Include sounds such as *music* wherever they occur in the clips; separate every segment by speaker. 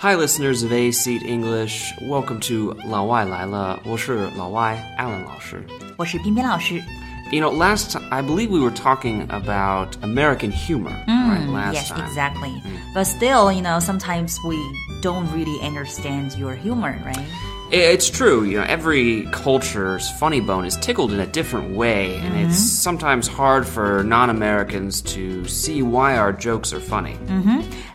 Speaker 1: Hi, listeners of A Seat English. Welcome to 老外来了，我是老外 Alan 老师。
Speaker 2: 我是彬彬老师。
Speaker 1: You know, last ti- I believe we were talking about American humor, right? Last
Speaker 2: yes,
Speaker 1: time.
Speaker 2: exactly.
Speaker 1: Mm.
Speaker 2: But still, you know, sometimes we don't really understand your humor, right?
Speaker 1: I- It's true. You know, every culture's funny bone is tickled in a different way, and it's sometimes hard for non-Americans to see why our jokes are funny.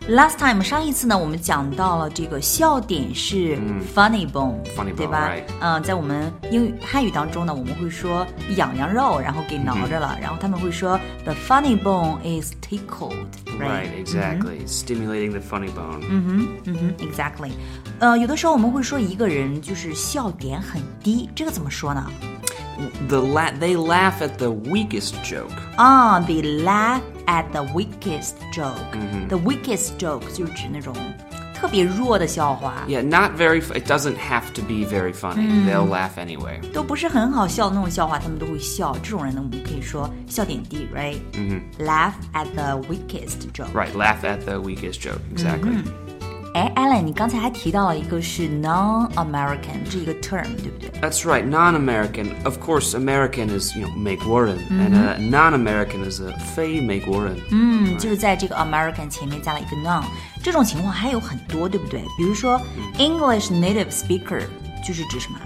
Speaker 2: Last time 上一次呢，我们讲到了这个笑点是 funny bone，、
Speaker 1: 嗯 funny
Speaker 2: 对
Speaker 1: bone，
Speaker 2: 吧
Speaker 1: right？
Speaker 2: 嗯、在我们英语汉语当中呢，我们会说痒痒肉，然后给挠着
Speaker 1: Mm-hmm
Speaker 2: 了，然后他们会说 the funny bone is tickled，right？
Speaker 1: Right, exactly. Stimulating the funny bone.
Speaker 2: 嗯哼，exactly。呃，有的时候我们会说一个人就是笑点很低，这个怎么说呢？
Speaker 1: The la- they laugh at the weakest joke.
Speaker 2: 啊、t h e y laugh at the weakest joke、The weakest joke 就是指那种特别弱的笑话
Speaker 1: Yeah, not very. F- it doesn't have to be very funny.
Speaker 2: Hmm.
Speaker 1: They'll laugh anyway.
Speaker 2: 都不是很好笑的那种笑话，他们都会笑。这种人呢，我们可以说笑点低，right？嗯哼，laugh at the weakest joke。
Speaker 1: Right, laugh at the weakest joke. Exactly.
Speaker 2: Hmm. 哎，Alan，你刚才还提到了一个是 non-American 这一个 term，对不对？
Speaker 1: That's right. Non-American. Of course, American is you know make Warren,
Speaker 2: Hmm.
Speaker 1: and uh, non-American is a fei make Warren.
Speaker 2: 嗯，就是在这个 American 前面加了一个 non，这种情况还有很多，对不对？比如说 English native speaker 就是指什么？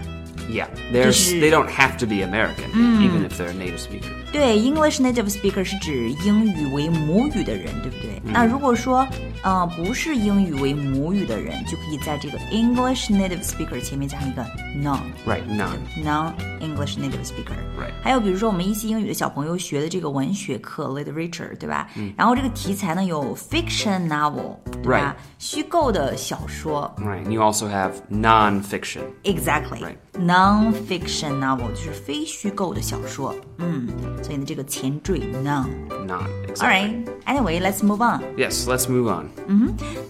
Speaker 1: Yeah, they're s-
Speaker 2: Just-
Speaker 1: they don't have to be American e,
Speaker 2: Hmm.
Speaker 1: even if they're a native speaker.
Speaker 2: 对，English native speaker 是指英语为母语的人，对不
Speaker 1: 嗯
Speaker 2: 对？那如果说，呃，不是英语为母语的人，就可以在这个 English native speaker 前面加上一个 non。
Speaker 1: Right, non.
Speaker 2: Non English native speaker，、
Speaker 1: Right
Speaker 2: 还有比如说我们一些英语的小朋友学的这个文学课 literature，对吧？
Speaker 1: 嗯
Speaker 2: 然后这个题材呢有 fiction novel，对吧虚构的小说
Speaker 1: Right. And you also have non-fiction.
Speaker 2: ，exactly、
Speaker 1: Right
Speaker 2: non fiction novel 就是非虚构的小说，嗯，所以呢这个前缀 non。
Speaker 1: Non. Exactly.
Speaker 2: All right. Anyway, let's move on.
Speaker 1: Yes. Let's move on.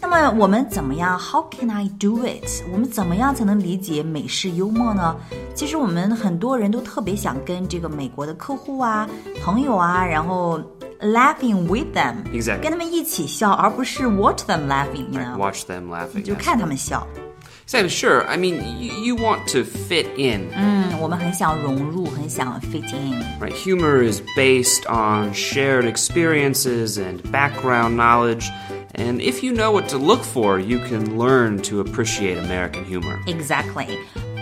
Speaker 2: 那么我们怎么样？How can I do it？我们怎么样才能理解美式幽默呢？其实我们很多人都特别想跟这个美国的客户啊、朋友啊，然后 laughing with them，
Speaker 1: Exactly.
Speaker 2: 跟他们一起笑，而不是 watch them laughing，你
Speaker 1: Right,
Speaker 2: 知
Speaker 1: Watch them laughing.
Speaker 2: 就
Speaker 1: yes.
Speaker 2: 看他们笑。
Speaker 1: Sam, sure. I mean, y- you want to fit in.
Speaker 2: 嗯，我们很想融入，很想 fit in。
Speaker 1: Right, humor is based on shared experiences and background knowledge, and if you know what to look for, you can learn to appreciate American humor.
Speaker 2: Exactly.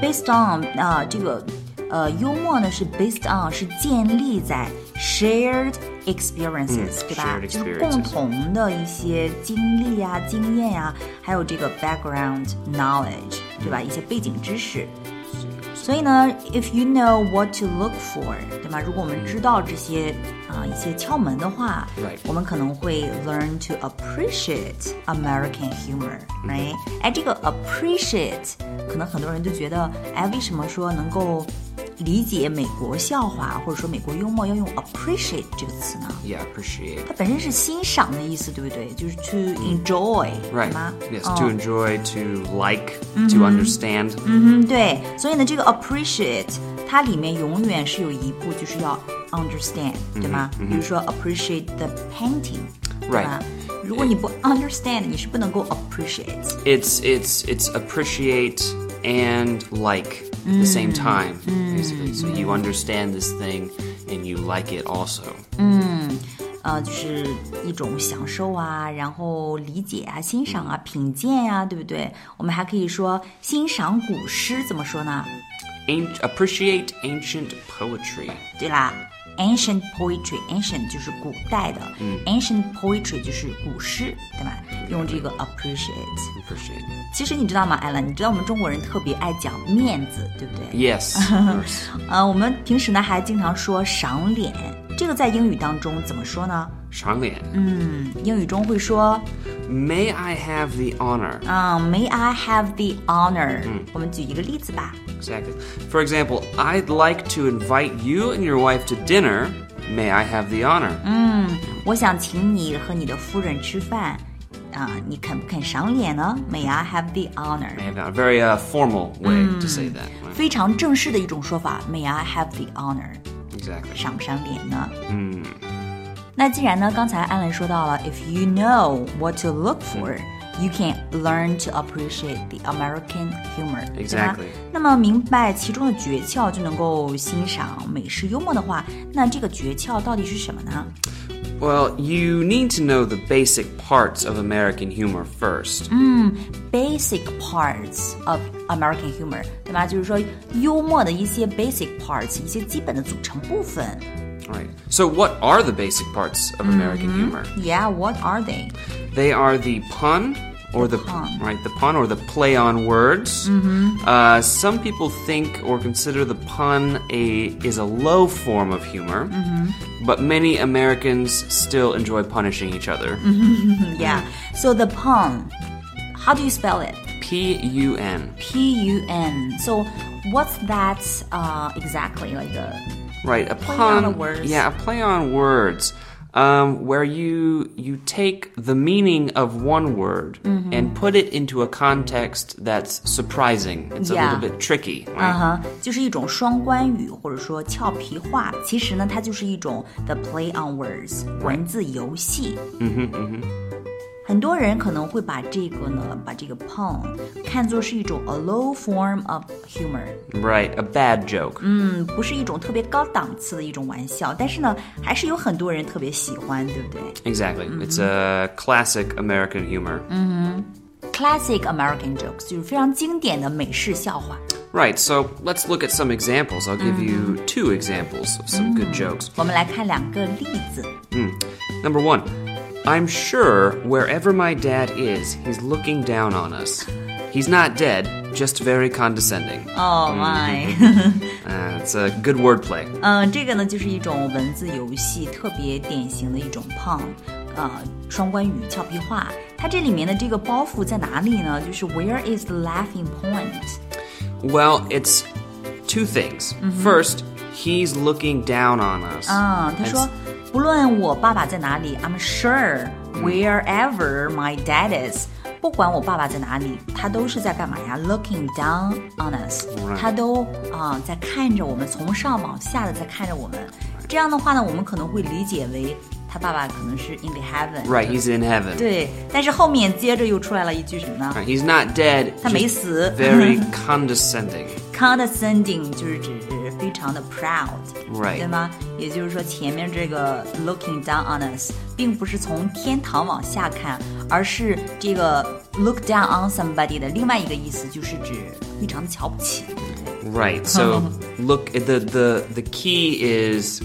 Speaker 2: Based on 啊、这个呃幽默呢是 based on 是建立在 shared experiences、对吧
Speaker 1: 嗯 shared
Speaker 2: 就是
Speaker 1: experiences
Speaker 2: 共同的一些经历呀、经验呀、还有这个 background knowledge 对
Speaker 1: 嗯
Speaker 2: 吧？一些背景知识。所以呢，if you know what to look for，对吧？如果我们知道这些啊、一些窍门的话
Speaker 1: 嗯 Right.
Speaker 2: 我们可能会 learn to appreciate American
Speaker 1: 嗯
Speaker 2: humor，right？哎，这个 appreciate 可能很多人就觉得，哎，为什么说能够理解美国笑话或者说美国幽默要用 appreciate 这个词呢？
Speaker 1: Yeah, appreciate.
Speaker 2: 它本身是欣赏的意思，对不对？就是 to enjoy，对
Speaker 1: 嗯 Right.
Speaker 2: 吗？
Speaker 1: Yes,
Speaker 2: 嗯
Speaker 1: to enjoy, to like, to understand.
Speaker 2: 嗯，对，所以呢，这个 appreciate 它里面永远是有一步就是要 understand，对吗？比如说 appreciate the painting，对吧
Speaker 1: Right
Speaker 2: 如果你不 understand，你是不能够 appreciate。
Speaker 1: It's it's it's appreciate and like at the same time, basically. So you understand this thing and you like it also.
Speaker 2: 呃，就是一种享受啊，然后理解啊、欣赏啊、品鉴呀、对不对？我们还可以说欣赏古诗，怎么说呢？
Speaker 1: An- appreciate ancient poetry.
Speaker 2: 对啦，ancient poetry，ancient 就是古代的、a n c i e n t poetry 就是古诗，对吧？用这个 appreciate。
Speaker 1: Appreciate.
Speaker 2: 其实你知道吗，艾伦？你知道我们中国人特别爱讲面子，对不对？
Speaker 1: Yes, of course.
Speaker 2: 呃，我们平时呢还经常说赏脸，这个在英语当中怎么说呢？
Speaker 1: 赏脸。
Speaker 2: 嗯，英语中会说，
Speaker 1: May I have the honor?
Speaker 2: 嗯、m a y I have the honor？、我们举一个例子吧。
Speaker 1: Exactly. For example, I'd like to invite you and your wife to dinner. May I have the honor?
Speaker 2: 我想请你和你的夫人吃饭，啊、你肯不肯赏脸呢？May I have the honor？
Speaker 1: May I have the honor? Very uh, formal way to say that. right?
Speaker 2: 非常正式的一种说法，May I have the honor？
Speaker 1: Exactly.
Speaker 2: 赏不赏脸呢？嗯。那既然呢，刚才安伦说到了，if you know what to look for， you can learn to appreciate the American humor，对吧
Speaker 1: Exactly.
Speaker 2: 那么明白其中的诀窍，就能够欣赏美式幽默的话，那这个诀窍到底是什么呢？
Speaker 1: Well, you need to know the basic parts of American humor first.
Speaker 2: basic parts of American humor，对吧？就是说幽默的一些 basic parts，一些基本的组成部分。
Speaker 1: All right. So, what are the basic parts of American humor?
Speaker 2: Yeah, what are they?
Speaker 1: They are the pun or the,
Speaker 2: pun.
Speaker 1: right the pun or the play on words. Mm-hmm. Uh, some people think or consider the pun a is a low form of humor,
Speaker 2: Mm-hmm.
Speaker 1: but many Americans still enjoy punishing each other.
Speaker 2: Mm-hmm. Yeah, so the pun. How do you spell it?
Speaker 1: P U N.
Speaker 2: P U N. So what's that uh, exactly? Like uh, the
Speaker 1: Right, a
Speaker 2: Play
Speaker 1: pun.
Speaker 2: on words.
Speaker 1: Yeah, a play on words, um, where you you take the meaning of one word
Speaker 2: Mm-hmm.
Speaker 1: and put it into a context that's surprising. It's a
Speaker 2: Yeah. Uh-huh.
Speaker 1: little bit tricky. Right?
Speaker 2: 啊哈，就是一种双关语或者说俏皮话。其实呢，它就是一种 the play on words 文字游戏。嗯哼嗯哼。很多人可能会把这个呢，把这个 pun 看作是一种 a low form of humor，
Speaker 1: Right, a bad joke.
Speaker 2: 嗯，不是一种特别高档次的一种玩笑。但是呢，还是有很多人特别喜欢，对不对
Speaker 1: Exactly. It's a classic American humor.
Speaker 2: ？Classic American jokes 就是非常经典的美式笑话。
Speaker 1: Right, so let's look at some examples. I'll give you two examples of some good jokes.
Speaker 2: 我们来看两个例子。
Speaker 1: Number one, I'm sure wherever my dad is, he's looking down on us. He's not dead, just very condescending.
Speaker 2: Oh my！
Speaker 1: Uh, it's a good wordplay.
Speaker 2: *laughs* 嗯，这个呢就是一种文字游戏，特别典型的一种胖，呃，双关语、俏皮话。它这里面的这个包袱在哪里呢？就是 Where is the laughing point？
Speaker 1: Well, it's two things. First, he's looking down on us.
Speaker 2: 啊、他
Speaker 1: And
Speaker 2: 说，不论我爸爸在哪里，I'm sure
Speaker 1: 嗯
Speaker 2: wherever my dad is，不管我爸爸在哪里，他都是在干嘛呀？Looking down on us，
Speaker 1: Right.
Speaker 2: 他都啊、在看着我们，从上往下的在看着我们。这样的话呢，我们可能会理解为他爸爸可能是 in the heaven。
Speaker 1: right, he's in heaven.
Speaker 2: 对，但是后面接着又出来了一句什么呢
Speaker 1: Right, he's not dead.
Speaker 2: 他没
Speaker 1: just
Speaker 2: 死。
Speaker 1: very condescending.
Speaker 2: ？condescending 就是指非常的 proud，、
Speaker 1: Right
Speaker 2: 对吗？也就是说前面这个 looking down on us 并不是从天堂往下看，而是这个 look down on somebody 的另外一个意思就是指非常的瞧不起。Uh-huh.
Speaker 1: Right. So look the the the key is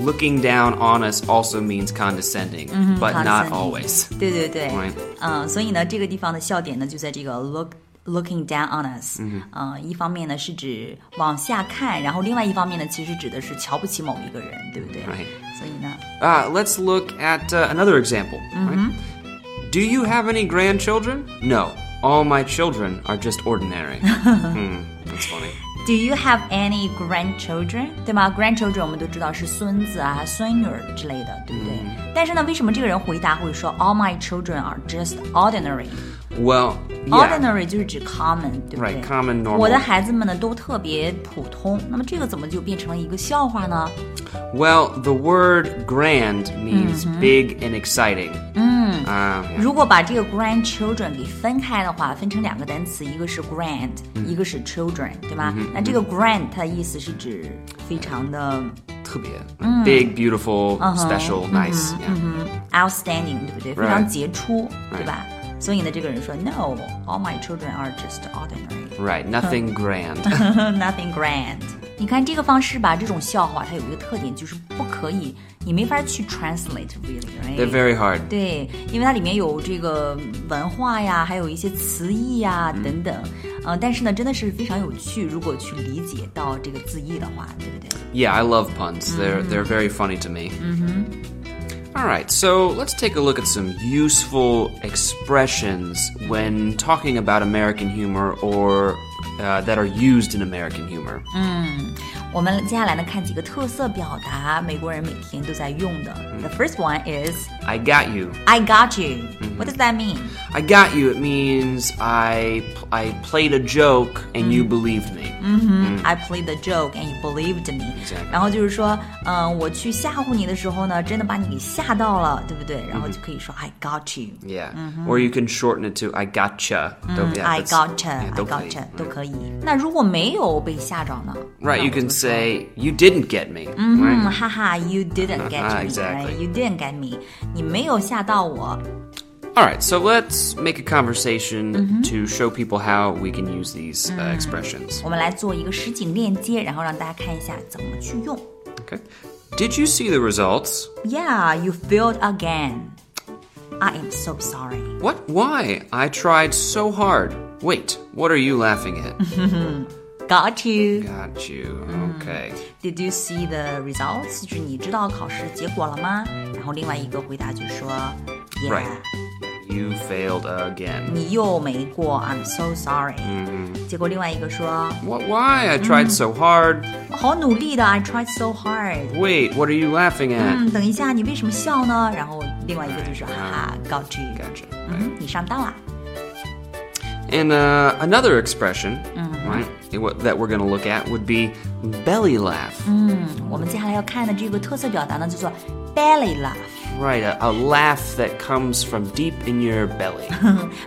Speaker 1: looking down on us also means condescending, but not
Speaker 2: Mm-hmm, condescending.
Speaker 1: always.
Speaker 2: 对对对
Speaker 1: Right.
Speaker 2: 嗯，所以呢，这个地方的笑点呢就在这个 look looking down on us，嗯、一方面呢是指往下看，然后另外一方面呢其实指的是瞧不起某一个人，对不对
Speaker 1: Right.
Speaker 2: 所以呢
Speaker 1: Uh, let's look at uh, another example. Right?
Speaker 2: Mm-hmm.
Speaker 1: Do you have any grandchildren? No. All my children are just
Speaker 2: *laughs*
Speaker 1: ordinary. hmm, that's funny.
Speaker 2: ，Do you have any grandchildren？对吗？grandchildren 我们都知道是孙子啊、孙女儿之类的，对不对
Speaker 1: 嗯
Speaker 2: 但是呢，为什么这个人回答会说 All my children are just ordinary？
Speaker 1: Well, yeah.
Speaker 2: ordinary 就是指 common，对不对
Speaker 1: Right, common, normal
Speaker 2: 我的孩子们呢都特别普通，那么这个怎么就变成了一个笑话呢？
Speaker 1: Well, the word grand means
Speaker 2: Mm-hmm.
Speaker 1: big and exciting.
Speaker 2: Mm.
Speaker 1: Um, yeah.
Speaker 2: 如果把这个 grandchildren 给分开的话，分成两个单词，一个是 grand，、一
Speaker 1: 嗯
Speaker 2: 个是 children，对吧？那这个 grand 它的意思是指非常的
Speaker 1: 特别, like,
Speaker 2: Mm.
Speaker 1: Big, beautiful,
Speaker 2: Uh-huh.
Speaker 1: special,
Speaker 2: Mm-hmm.
Speaker 1: nice. yeah.
Speaker 2: outstanding，对不对？非常杰出对吧？所以呢，这个人说 No，all my children are just ordinary。 *laughs*
Speaker 1: Right, nothing grand.
Speaker 2: Nothing grand。你看这个方式吧，这种笑话它有一个特点，就是不可以，你没法去 translate really，right？
Speaker 1: They're very hard.
Speaker 2: 对，因为它里面有这个文化呀，还有一些词义呀、等等，
Speaker 1: 嗯
Speaker 2: 呃，但是呢，真的是非常有趣，如果去理解到这个字义的话，对不对？
Speaker 1: Yeah, I love puns. They're they're very funny to me. Mm-hmm.
Speaker 2: Mm-hmm.
Speaker 1: All right, so let's take a look at some useful expressions when talking
Speaker 2: Mm.
Speaker 1: about American humor or uh, that are used in American humor.
Speaker 2: 我们接下来呢看几个特色表达，美国人每天都在用的。The
Speaker 1: 嗯
Speaker 2: first one is
Speaker 1: I got you.
Speaker 2: I got you.
Speaker 1: Mm-hmm.
Speaker 2: What does that mean?
Speaker 1: I got you. It means I I played a joke and
Speaker 2: Mm.
Speaker 1: you believed me.
Speaker 2: I played the joke and you believed me.
Speaker 1: Mm. Exactly.
Speaker 2: 然后就是说，嗯、我去吓唬你的时候呢，真的把你给吓到了，对不
Speaker 1: Mm-hmm。
Speaker 2: 对？然后就可以说、I got you。
Speaker 1: Yeah. Or you can shorten it to I gotcha. Don't- yeah,
Speaker 2: Mm-hmm. Mm. I
Speaker 1: that's-
Speaker 2: gotcha,
Speaker 1: yeah,
Speaker 2: I
Speaker 1: don't
Speaker 2: gotcha，
Speaker 1: play.
Speaker 2: 都可以。那如果没有被吓着呢
Speaker 1: Right.
Speaker 2: 那
Speaker 1: You
Speaker 2: 我就
Speaker 1: can
Speaker 2: 说
Speaker 1: say you didn't get me.
Speaker 2: 嗯，
Speaker 1: Right.
Speaker 2: *laughs* 哈哈，You didn't
Speaker 1: *laughs*
Speaker 2: get me，right？You
Speaker 1: Exactly.
Speaker 2: didn't get me，你没有吓到我。
Speaker 1: All right. So let's make a conversation to show people how we can use these uh, expressions.
Speaker 2: 我们来做一个实景链接，然后让大家看一下怎么去用。
Speaker 1: Okay. Did you see the results?
Speaker 2: Yeah, you failed again. I am so sorry.
Speaker 1: What? Why? I tried so hard. Wait. What are you laughing at?
Speaker 2: Got you.
Speaker 1: got you. Okay.
Speaker 2: Did you see the results？就是你知道考试结果了吗？然后另外一个回答就说
Speaker 1: Right.
Speaker 2: Yeah，
Speaker 1: You failed again.
Speaker 2: 你又没过，I'm so sorry。结果另外一个说
Speaker 1: What? Why? I tried so hard.
Speaker 2: 我好努力的，I tried so hard。
Speaker 1: Wait. What are you laughing at?
Speaker 2: 嗯，等一下，你为什么笑呢？然后另外一个就是哈哈，Got you。
Speaker 1: Gotcha.
Speaker 2: 嗯哼，你上当了。
Speaker 1: And uh, another expression, right, it wa- that we're going to look at would be belly laugh.
Speaker 2: 我们接下来要看的这个特色表达呢，叫做 belly laugh。
Speaker 1: Right, a, a laugh that comes from deep in your belly.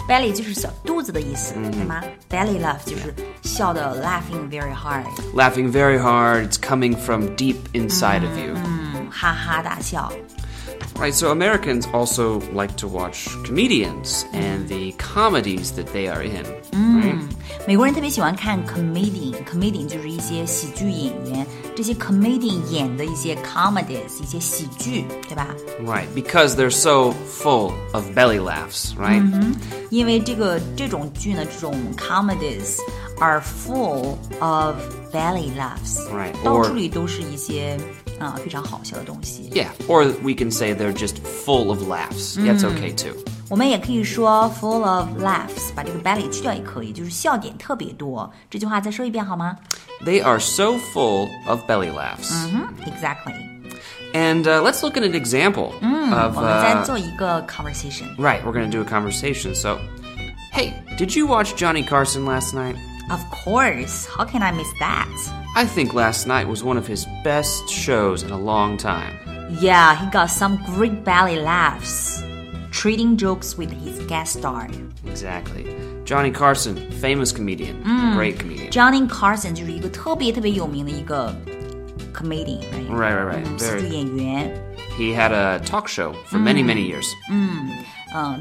Speaker 2: belly 就是小肚子的意思，对吗？belly laugh 就是笑的 laughing very hard，
Speaker 1: Laughing very hard, it's coming from deep inside of you.
Speaker 2: 嗯哈哈大笑。
Speaker 1: Right, so Americans also like to watch comedians and the comedies that they are in. Right?
Speaker 2: 美国人特别喜欢看 comedian，comedian 就是一些喜剧演员，这些 comedian 演的一些 comedies，一些喜剧，对吧？
Speaker 1: right, because they're so full of belly laughs, right?
Speaker 2: 因为这个这种剧呢，这种 comedies are full of belly laughs，
Speaker 1: Right,
Speaker 2: 到
Speaker 1: or-
Speaker 2: 处里都是一些啊、非常好笑的东西。
Speaker 1: Yeah, or we can say they're just full of laughs. That's okay too.
Speaker 2: 我们也可以说 full of laughs，把这个 belly 去掉也可以，就是笑点特别多。这句话再说一遍好吗
Speaker 1: They are so full of belly laughs.
Speaker 2: Mm. 嗯？Exactly。
Speaker 1: And uh, let's look at an example of.
Speaker 2: 我们再
Speaker 1: Uh,
Speaker 2: 做一个 conversation。
Speaker 1: right, we're going to do a conversation. So, hey, did you watch Johnny Carson last night?
Speaker 2: Of course, how can I miss that?
Speaker 1: I think last night was one of his best shows in a long time.
Speaker 2: Yeah, he got some great belly laughs. Trading jokes with his guest star
Speaker 1: Exactly. Johnny Carson, famous comedian, great comedian.
Speaker 2: Johnny Carson，就是一个特别特别有名的一个 comedian，
Speaker 1: Right, right, right.
Speaker 2: 喜
Speaker 1: Very.
Speaker 2: 剧演员。
Speaker 1: He had a talk show for many, many years.
Speaker 2: 嗯，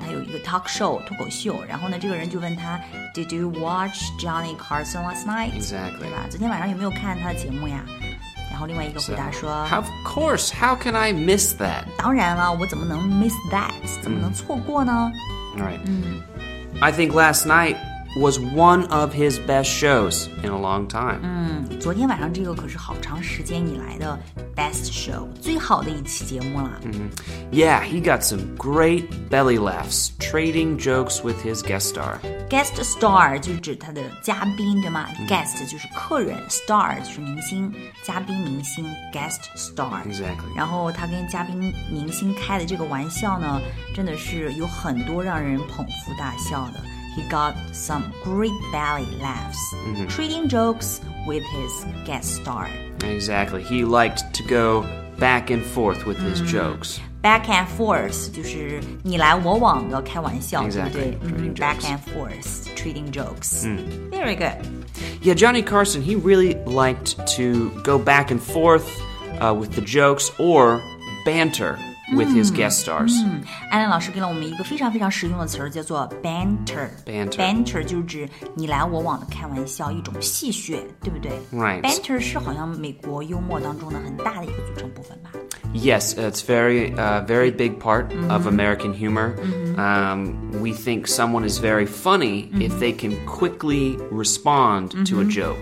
Speaker 2: 他有一个 talk show 脱口秀，然后呢，这个人就问他，Did you watch Johnny Carson last night？
Speaker 1: Exactly.
Speaker 2: 对吧？昨天晚上有没有看他的节目呀？然后另外一个回
Speaker 1: So,
Speaker 2: 答说
Speaker 1: how- of course, how can I miss that?
Speaker 2: 当然了，我怎么能 miss that？怎么能错过呢、
Speaker 1: All right. I think last night was one of his best shows in a long time.
Speaker 2: 昨天晚上这个可是好长时间以来的 best show 最好的一期节目了。
Speaker 1: Yeah, he got some great belly laughs trading jokes with his guest star.
Speaker 2: Guest star 就是指他的嘉宾，对吗、g u e s t 就是客人，star 就是明星，嘉宾明星，guest star。
Speaker 1: Exactly.
Speaker 2: 然后他跟嘉宾明星开的这个玩笑呢，真的是有很多让人捧腹大笑的。He got some great belly laughs, trading jokes with his guest star.
Speaker 1: Exactly. He liked to go back and forth with his jokes.
Speaker 2: Back and forth 就是你来我往的开玩笑
Speaker 1: Exactly.
Speaker 2: 对不
Speaker 1: Trading
Speaker 2: 对
Speaker 1: jokes.
Speaker 2: Back and forth, trading jokes.
Speaker 1: 嗯
Speaker 2: Very good.
Speaker 1: Yeah, Johnny Carson, he really liked to go back and forth uh, with the jokes or banter with his guest stars.
Speaker 2: 安亮老师给了我们一个非常非常实用的词儿，叫做 banter。
Speaker 1: Banter
Speaker 2: 就是指你来我往的开玩笑，一种戏谑，对不对
Speaker 1: Right
Speaker 2: banter 是好像美国幽默当中的很大的一个组成部分吧。
Speaker 1: Yes, it's very uh, very big part of American humor. Um, we think someone is very funny if they can quickly respond to a joke.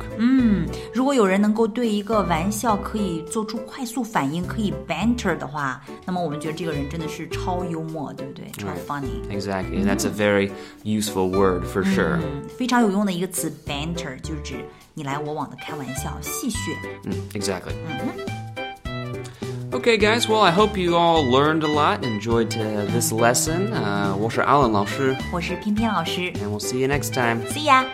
Speaker 2: 如果有人能够对一个玩笑可以做出快速反应，可以 banter 的话，那么我们觉得这个人真的是超幽默，对不对？超 funny，、
Speaker 1: Exactly, and that's a very useful word for sure.
Speaker 2: 非常有用的一个词 banter，就是指你来我往的开玩笑、戏谑。
Speaker 1: Exactly. Mm-hmm. Okay, guys. Well, I hope you all learned a lot, enjoyed uh, this lesson. Uh, 我是 Alan 老师,
Speaker 2: 我是偏偏老师
Speaker 1: and we'll see you next time.
Speaker 2: ，See ya。